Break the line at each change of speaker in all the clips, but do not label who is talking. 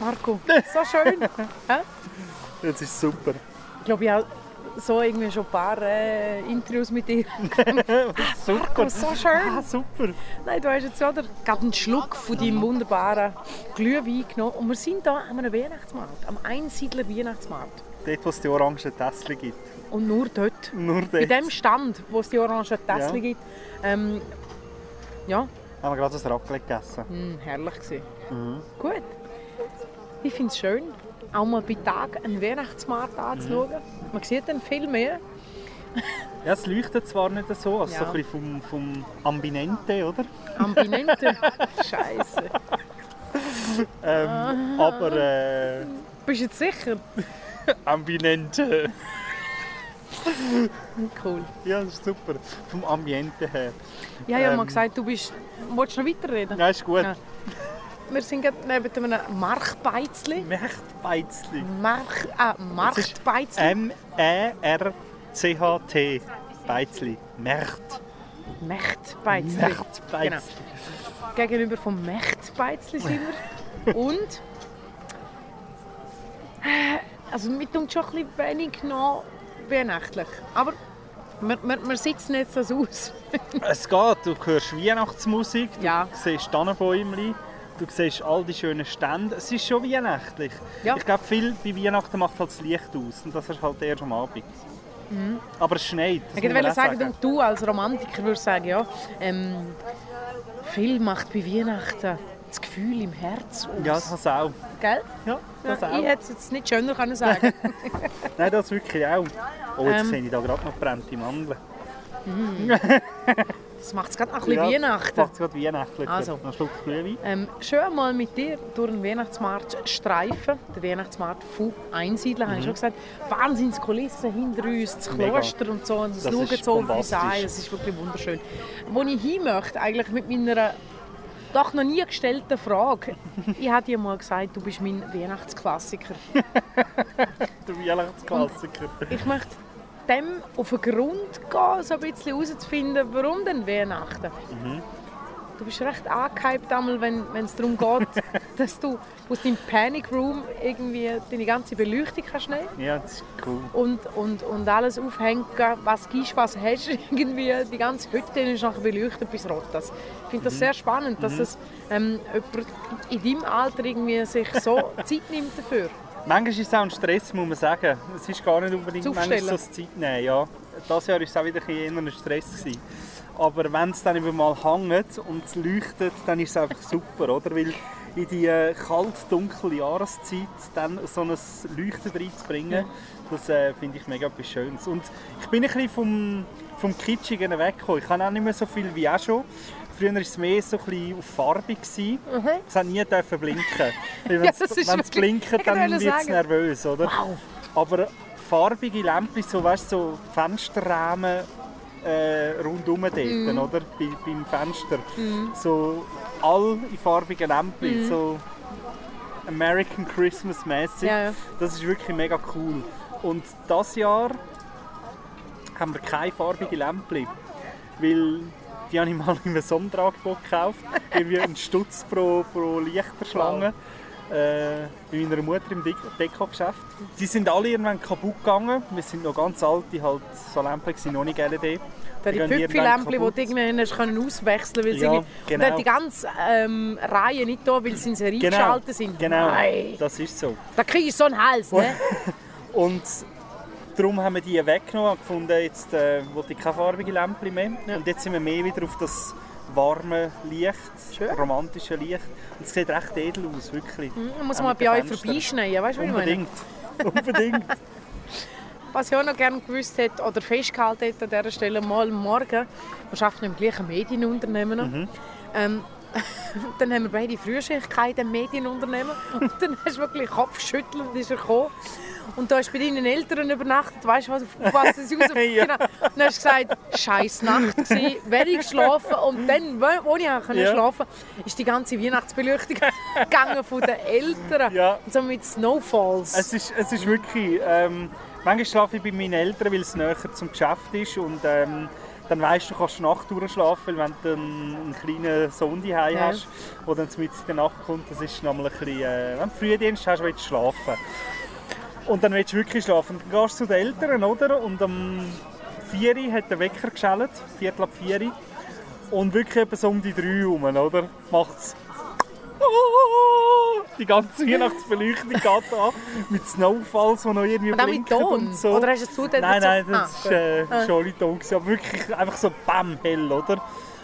Marco. So schön. Hä?
Jetzt ist super.
ich glaube, ich habe so irgendwie schon ein paar äh, Interviews mit dir. Ah,
Super.
so schön.
Ah, super.
Nein, du hast jetzt ja der- gerade einen Schluck von deinem wunderbaren Glühwein genommen. Und wir sind hier an einem Weihnachtsmarkt, am Einsiedler Weihnachtsmarkt.
Dort, wo es die orangen Tässchen gibt.
Und nur dort.
Nur
Bei
dort.
dem Stand, wo es die orangen Tässchen
Ja.
gibt. Ähm, ja,
Haben wir gerade ein Raclette gegessen.
mh, herrlich gewesen.
Mhm.
Gut. Ich finde es schön, auch mal bei Tag einen Weihnachtsmarkt anzuschauen.
Mhm.
Man sieht dann viel mehr.
Ja, es leuchtet zwar nicht so, also
Ja.
so ein bisschen vom, vom Ambinente, oder?
Ambinente. Scheiße. Ah.
Ähm, aber äh,
Bist du jetzt sicher?
Ambinente.
Cool.
Ja, das ist super. Vom Ambiente her.
Ich habe ja
Ähm.
mal gesagt, du bist. Wolltest du noch weiterreden?
Ja, ist gut.
Ja. Wir sind gerade neben einem Markbeizli.
Mechtbeizli.
Mark, ah, Marktbeizli.
M-E-R-C-H-T. Beizli. Mecht.
Mechtbeizli.
Mechtbeizli.
Genau. Gegenüber vom Mechtbeizli sind wir. Und. äh, Also, mir tut schon ein bisschen wenig noch weihnachtlich. Aber wir, wir, wir sitzen jetzt das aus.
Es geht, du hörst Weihnachtsmusik, du
Ja.
siehst Tannenbäumchen, du siehst all die schönen Stände. Es ist schon weihnachtlich.
Ja.
Ich glaube, viel bei Weihnachten macht halt das Licht aus und das ist halt eher am Abend. Aber es schneit. das
Mhm. Ich
muss man
würde
auch
sagen, du, du als Romantiker würdest sagen, ja, ähm, viel macht bei Weihnachten das Gefühl im Herz aus.
Ja, das auch.
Gell?
Ja, das
Ja,
auch.
ich hätte es jetzt nicht schöner können sagen
Nein, das wirklich auch. Oh, jetzt
Ähm.
sehe ich da gerade noch brennte Mandeln.
Das macht es gerade noch ein bisschen Weihnachten.
Macht es gerade weihnachtlich.
Also.
Noch ein Schluck Glühwein.
Ähm, schön mal mit dir durch den Weihnachtsmarkt streifen. Der Weihnachtsmarkt von Einsiedeln, habe ich schon gesagt. Wahnsinns Kulissen hinter uns, das
Mhm. Mega.
Kloster und so. Und das
Das
schaut
ist
so auf uns ein.
bombastisch.
Das ist wirklich wunderschön. Wo ich hin möchte, eigentlich mit meiner doch noch nie gestellten Frage. ich habe dir mal gesagt, du bist mein Weihnachtsklassiker.
Der Weihnachtsklassiker.
Ich möchte dem auf den Grund gehen, so ein bisschen herauszufinden, warum denn Weihnachten? Du bist recht angehypt, einmal, wenn wenn es darum geht, dass du aus deinem Panic Room irgendwie deine ganze Beleuchtung kannst nehmen
Ja, das ist cool.
und, und, und alles aufhängen, was gibst, was hast irgendwie. Die ganze Hütte ist nachher beleuchtet bis rot. Das, ich finde das sehr spannend, dass es ähm, jemand in deinem Alter irgendwie sich so Zeit nimmt dafür.
Manchmal ist es auch ein Stress, muss man sagen. Es ist gar nicht unbedingt
Zum
manchmal so
Aufstellen.
das Zeitnehmen. Ja. Dieses Jahr war es auch wieder ein bisschen eher ein Stress. Gewesen. Aber wenn es dann eben mal hängt und es leuchtet, dann ist es einfach super, oder? Weil in die äh, kalt-dunkle Jahreszeit dann so ein Leuchten reinzubringen, das äh, finde ich mega etwas Schönes. Und ich bin ein bisschen vom, vom Kitschigen weggekommen. Ich habe auch nicht mehr so viel wie auch schon. Früher war es mehr so ein bisschen auf Farbe. gewesen. Es hat nie dürfen blinken. Wenn es
das ist
wenn es
wirklich-
blinkt,
Ich wollte
dann wird es
sagen.
nervös, oder?
Wow.
Aber farbige Lämpchen, so, weißt, so Fensterrahmen äh, rundum dort,
Mhm.
oder? Bei, beim Fenster. So all in farbigen
Mhm.
Lämpchen, so American Christmas mäßig.
Ja, ja.
Das ist wirklich mega cool. Und das Jahr haben wir keine farbigen Lämpchen, weil die habe ich mal in einem Sonnentragbock gekauft. Irgendwie einen Stutz pro, pro Lichterschlange äh, bei meiner Mutter im Dek- Deko-Geschäft. Die sind alle irgendwann kaputt gegangen. Wir sind noch ganz alte, halt so Lampen waren noch nicht E LED.
Da die
gehen
Püpfi-Lämpchen, die
irgendwann
du irgendwie hast können auswechseln weil sie
Ja,
irgendwie-
genau.
Und dann die ganze ähm, Reihe nicht da, weil sie in Serie
Genau,
geschaltet sind.
genau,
Nein,
das ist so.
da kriege ich so einen Hals, ne?
Und darum haben wir die weggenommen und gefunden, jetzt äh, wollte ich keine farbigen Lämpchen mehr. Und jetzt sind wir mehr wieder auf das warme Licht, romantische Licht. Und es sieht recht edel aus, wirklich.
Ich muss
Auch
mal
mit den
bei euch
Fenstern.
vorbeischneiden, weißt du, wie ich meine?
Unbedingt. Unbedingt.
Was ich auch noch gerne gewusst hätte oder festgehalten hätte an dieser Stelle, mal morgen, wir arbeiten im gleichen Medienunternehmen noch,
Mhm.
ähm, dann haben wir beide Frühschicht gehabt im Medienunternehmen und dann hast du wirklich kopfschüttelnd ist er gekommen. Und da hast du bei deinen Eltern übernachtet, weißt du, was, auf was es raus...
Ja.
genau. Und dann hast du gesagt, scheiß Nacht gewesen, wenig geschlafen und dann, wo- ohne ich konnte
Ja.
schlafen, ist die ganze Weihnachtsbeleuchtung gegangen von den Eltern.
Ja.
Und so mit Snowfalls.
Es ist, es ist wirklich. Ähm, manchmal schlafe ich bei meinen Eltern, weil es näher zum Geschäft ist. Und ähm, dann weißt du, du kannst die Nacht durchschlafen, weil wenn du einen, einen kleinen Sohn daheim
Ja.
hast, der dann mit in der Nacht kommt, das ist nämlich ein bisschen, äh, wenn du Frühdienst hast, willst du schlafen. Und dann willst du wirklich schlafen. Dann gehst du zu den Eltern, oder? Und am 4 Uhr hat der Wecker geschellt, Viertel ab 4 Uhr. Und wirklich etwa so um die 3 Uhr rum, oder? Macht's Ah! die ganze Weihnachtsbeleuchtung geht an, mit Snowfalls, die noch irgendwie
Und auch mit
blinken
Ton?
und so.
Oder hast du es zu
Nein, nein,
Ah,
das
gut.
war äh,
Ah.
schon ohne Ton. gewesen, Aber wirklich einfach so bam, hell, oder?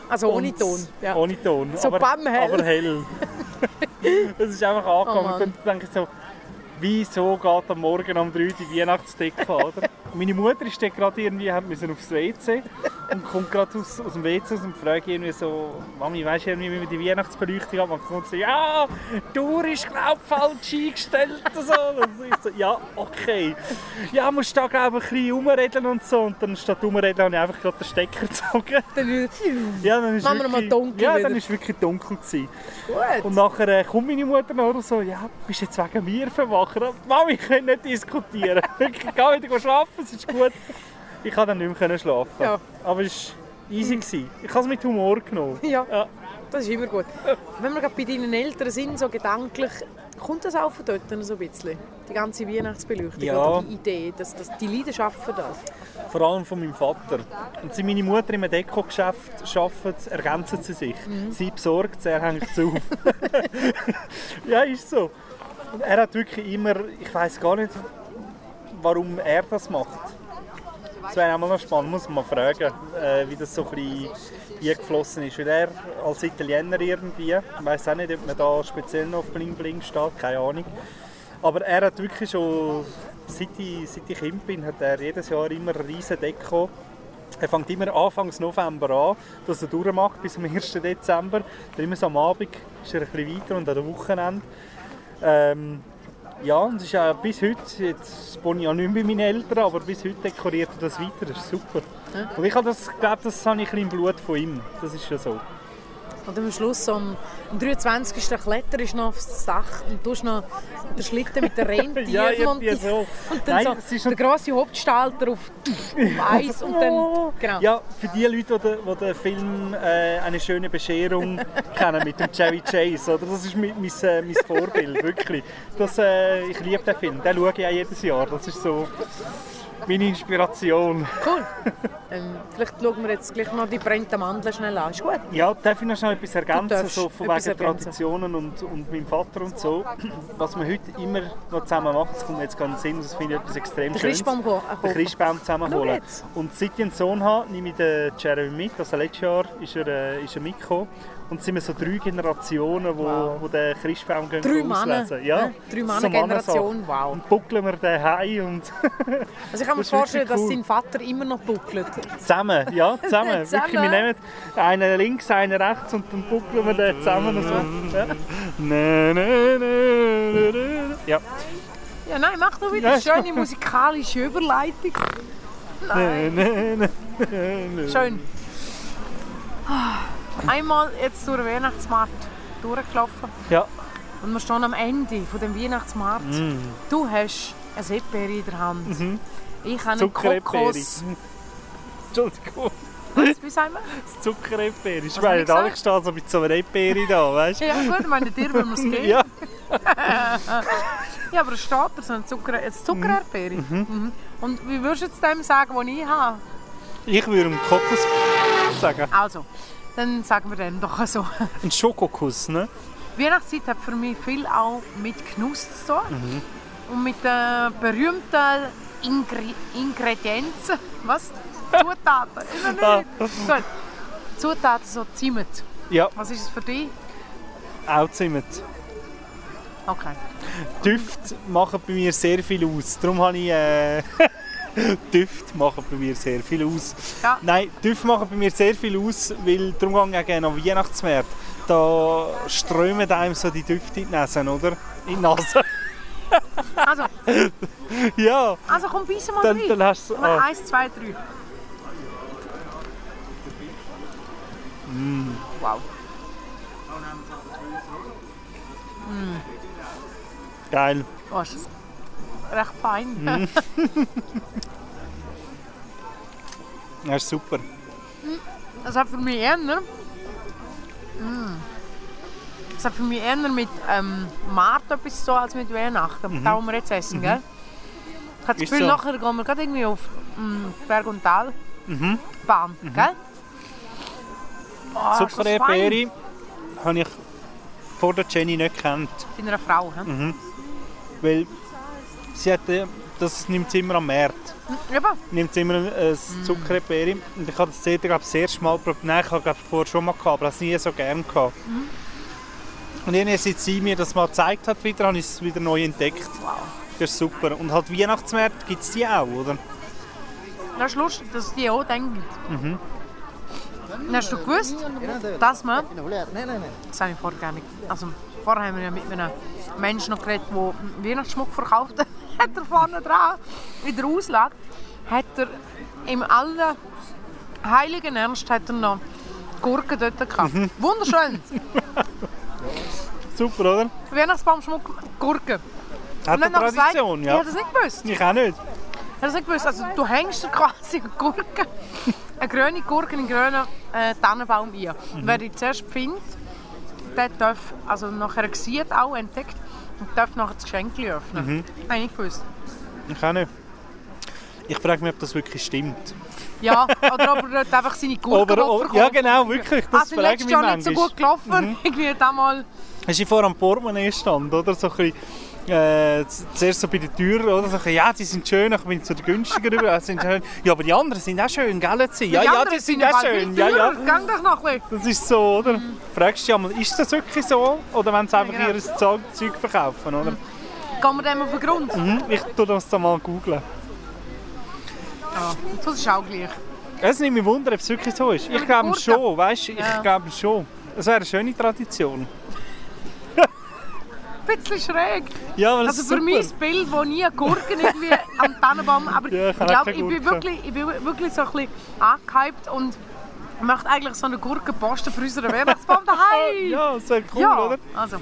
Also ohne
Und-
Ton. Ja.
Ohne Ton.
So
aber,
bam, hell.
Aber hell. das ist einfach angekommen.
Oh
und
Mann.
dann denke ich so, wieso geht am Morgen um 3 Uhr die Weihnachtsdecke an, oder? Meine Mutter ist dort gerade irgendwie, hat müssen aufs WC und kommt gerade aus, aus dem WC raus und fragt irgendwie so, Mami, weißt du irgendwie, wie man die Weihnachtsbeleuchtung hat? Man kommt so, ja, die Uhr ist glaub falsch eingestellt und so. Und ich so, ja, okay. Ja, musst da glaub ein bisschen rumredeln und so. Und dann statt rumredeln habe ich einfach gerade den Stecker gezogen.
Dann würde-
Ja, dann ist
Machen wir
wirklich,
mal dunkel
Ja,
wieder.
dann ist wirklich dunkel gewesen. Und
Gut.
nachher äh, kommt meine Mutter noch oder so, ja, du bist jetzt wegen mir verwacher. Mami, ich kann nicht diskutieren. Wirklich, Geh wieder schlafen, es ist gut. Ich konnte dann nicht mehr können schlafen.
Ja.
Aber es war easy. gewesen. Ich habe es mit Humor genommen.
Ja,
Ja.
das ist immer gut. Wenn wir gerade bei deinen Eltern sind, so gedanklich, kommt das auch von dort so ein bisschen? Die ganze Weihnachtsbeleuchtung
Ja.
oder die Idee, dass, dass die Leidenschaft für das.
Vor allem von meinem Vater. Und sie meine Mutter im Deko-Geschäft arbeitet, ergänzen sie sich. Sie besorgt, er hängt es auf. ja, ist so. Und er hat wirklich immer, ich weiß gar nicht, warum er das macht. Das wäre auch mal noch spannend, muss man mal fragen, äh, wie das so ein bisschen eingeflossen ist. Weil er als Italiener irgendwie, ich weiß auch nicht, ob man da speziell noch auf Bling Bling steht, keine Ahnung. Aber er hat wirklich schon, seit ich, seit ich Kind bin, hat er jedes Jahr immer eine riesen Deko. Er fängt immer Anfangs November an, dass er durchmacht bis am 1. Dezember. Dann immer so am Abend ist er ein bisschen weiter und an der Wochenende. Ähm, ja, und es ist auch bis heute, jetzt wohne ich ja nicht mehr bei meinen Eltern, aber bis heute dekoriert er das weiter, das ist super.
Ja.
Und ich habe das, glaube, das habe ich ein bisschen im Blut von ihm, das ist ja so.
Und am Schluss, so am am 23. Kletter ist noch auf das Dach und du hast noch den Schlitten mit den Rentieren.
Ja, irgendwie
montiert.
so.
Und dann
Nein, es
so
ist
der grosse Hauptgestalter auf, auf Eis und dann... Genau.
Oh. Ja, für die Leute, die den, die den Film äh, «Eine schöne Bescherung» kennen mit dem Chevy Chase, oder? das ist mein, mein, äh, mein Vorbild, wirklich. Das, äh, ich liebe den Film, den schaue ich auch jedes Jahr, das ist so meine Inspiration.
Cool. ähm, vielleicht schauen wir jetzt gleich noch die brennenden Mandeln schnell an. Ist gut.
Ja, darf ich noch schnell etwas ergänzen,
darfst
so von
etwas
wegen
ergänzen.
Traditionen und, und meinem Vater und so. Was wir heute immer noch zusammen machen, das kommt mir jetzt gar nicht in den Sinn, das finde ich etwas extrem
Den
Schönes.
Christbaum ko- äh,
den Christbaum
Schau
zusammenholen.
jetzt.
Und seit ich einen Sohn habe, nehme ich den Jeremy mit. Also letztes Jahr ist er, äh, ist er mitgekommen. Und es sind wir so drei Generationen, die
Wow.
wo den Christbaum gehen
Drei Männer.
auslesen. Ja,
ne? Drei
das ist so
Männer-Generation.
Mannensache.
Wow.
Und buckeln wir den heim und
Also ich kann mir
Das ist wirklich
vorstellen, dass
cool.
sein Vater immer noch buckelt.
zusammen, ja, zusammen.
Zusammen.
Wirklich, wir nehmen einen links, einen rechts und dann buckeln wir den zusammen und so. Ja. Na, na, na, na, na. Ja.
Ja, nein, mach doch wieder eine
Ja.
schöne musikalische Überleitung.
Na, na, na, na.
Schön. Einmal jetzt durch den Weihnachtsmarkt durchgelaufen
Ja.
und wir stehen am Ende von dem Weihnachtsmarkt.
Mm.
Du hast eine Erdbeere in der Hand.
Mhm.
Ich habe einen
Zuckerbeere.
Kokos.
Entschuldigung.
Was, wie sagen wir?
Das Zuckerbeere.
Was
Ich
hab
meine,
ich
da
gesagt?
ich stehe so mit so einer Beere da, weißt
Ja gut, ich meine dir will man es
du?
geben.
Ja.
Ja, aber es steht da so eine Zucker eine Zuckererdbeere. Mhm. Und wie würdest du jetzt dem sagen, was ich habe?
Ich würde einen Kokos sagen.
Also, dann sagen wir dem doch so.
Ein Schokokuss, ne?
Weihnachtszeit hat für mich viel auch mit Genuss zu tun
Mhm.
und mit den berühmten Ingre Ingredienzen. Was? Zutaten. Immer
Ah.
nicht. Gut. Zutaten so Zimt.
Ja,
Was ist es für dich?
auch ziemlich.
Okay.
Düfte machen bei mir sehr viel aus. Darum habe ich... Äh, Düfte machen bei mir sehr viel aus.
Ja.
Nein, Düfte machen bei mir sehr viel aus, weil darum gehe ich auch gerne an den Weihnachtsmarkt. Da strömen einem so die Düfte in die Nase, oder? In die Nase.
Also,
ja,
also komm, beiß mal
dann,
rein.
dann hast du...
Mal
Ah.
Eins, zwei, drei. Wow.
Ah, Geil.
Oh, ist das recht fein.
Das ist super.
Es hat für mich eher... Mm. Es hat für mich eher mit ähm, Mart etwas so als mit
Mhm.
Weihnachten. Da, wo wir jetzt essen, gell? Ich habe das
Ist
Gefühl,
so.
nachher gehen wir gerade irgendwie auf mm, Berg- und Talbahn,
Mhm.
gell? Oh, ist das fein.
Zuckerbeere habe ich vor der Jenny nicht gekannt.
Bei einer Frau,
Mhm.
hä?
Weil sie hat, äh, das nimmt sie immer am März.
Eben.
Nimmt sie immer ein äh,
Mm.
Zuckerbeere. Und ich habe das dort, glaube ich, das erste Mal probiert. Nein, ich habe glaube ich, vorher schon mal gehabt, aber das nie so gern gehabt.
Mhm.
Und irgendwie, seit sie mir das mal gezeigt hat, wieder, habe ich es wieder neu entdeckt.
Wow.
Das ist super. Und halt Weihnachtsmärkte gibt es die auch, oder?
Das ist lustig, dass es die auch denken.
Mhm.
Hast du gewusst, dass man... Das habe ich vorher gar nicht... Also, vorher haben wir ja mit einem Menschen noch geredet, der Weihnachtsschmuck verkauft hat. hat er vorne dran, in der Auslage, hat er im allen heiligen Ernst hat er noch Gurken dort gehabt.
Mhm.
Wunderschön.
Super, oder?
Weihnachtsbaumschmuck, Gurken.
Hat
Und
eine
dann noch gesagt,
Tradition,
Ich
ja.
habe das nicht gewusst.
Ich auch nicht.
Ich habe das nicht gewusst. Also, du hängst dir quasi eine Gurke, eine grüne Gurke in einen grünen äh, Tannenbaum ein. Und wer die zuerst findet, der darf, also nachher sieht auch, entdeckt, und darf nachher das Geschenk öffnen. Mhm. Habe ich nicht gewusst.
Ich auch nicht. Ich frage mich, ob das wirklich stimmt.
Ja, oder ob er dort einfach seine Gurke
Oder-
will
oh, ja,
verkaufen.
genau, wirklich. Das
Also,
frage ich
letztes
mich
Jahr nicht so
manchmal. Mhm.
gut gelaufen. Irgendwie da mal
Hast du vorher am Portemonnaie stand, oder? So ein bisschen, äh, z- zuerst so bei der Tür, oder? So ein bisschen, ja, die sind schön, ich bin zu den günstiger rüber. Ja, sind schön. Ja, aber die anderen sind auch schön, gell? jetzt? Ja,
die
ja,
anderen
die sind
ja
auch
bald
schön.
viel
Ja, ja.
teurer. Geh doch noch ein bisschen.
Das ist so, oder? Fragst du ja mal, ist das wirklich so? Oder wenn sie einfach
genau. Mhm.
ihr Zeug Zeug verkaufen, oder?
Gehen wir dem auf den Grund.
Mhm. Ich tue das da mal googeln.
Ja, und sonst ist es auch gleich.
Es nimmt mich wunder, ob es wirklich so ist. Ich
die
glaube
Gurke.
schon, weißt du? Ich
Ja.
glaube schon. Es wäre eine schöne Tradition.
Ein bisschen schräg.
Ja, aber das
Also
ist
für
super.
mich das Bild, wo nie Gurken irgendwie am Tannenbaum, aber
Ja,
ich
ich habe
glaube,
auch
ich
keine
bin,
Gurke.
wirklich, ich bin wirklich so ein bisschen angehypt und möchte eigentlich so eine Gurke posten für unseren Weihnachtsbaum daheim.
Ja, das wäre cool,
Ja,
oder?
also.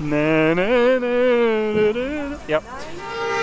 Na, na, na, na, na. Ja.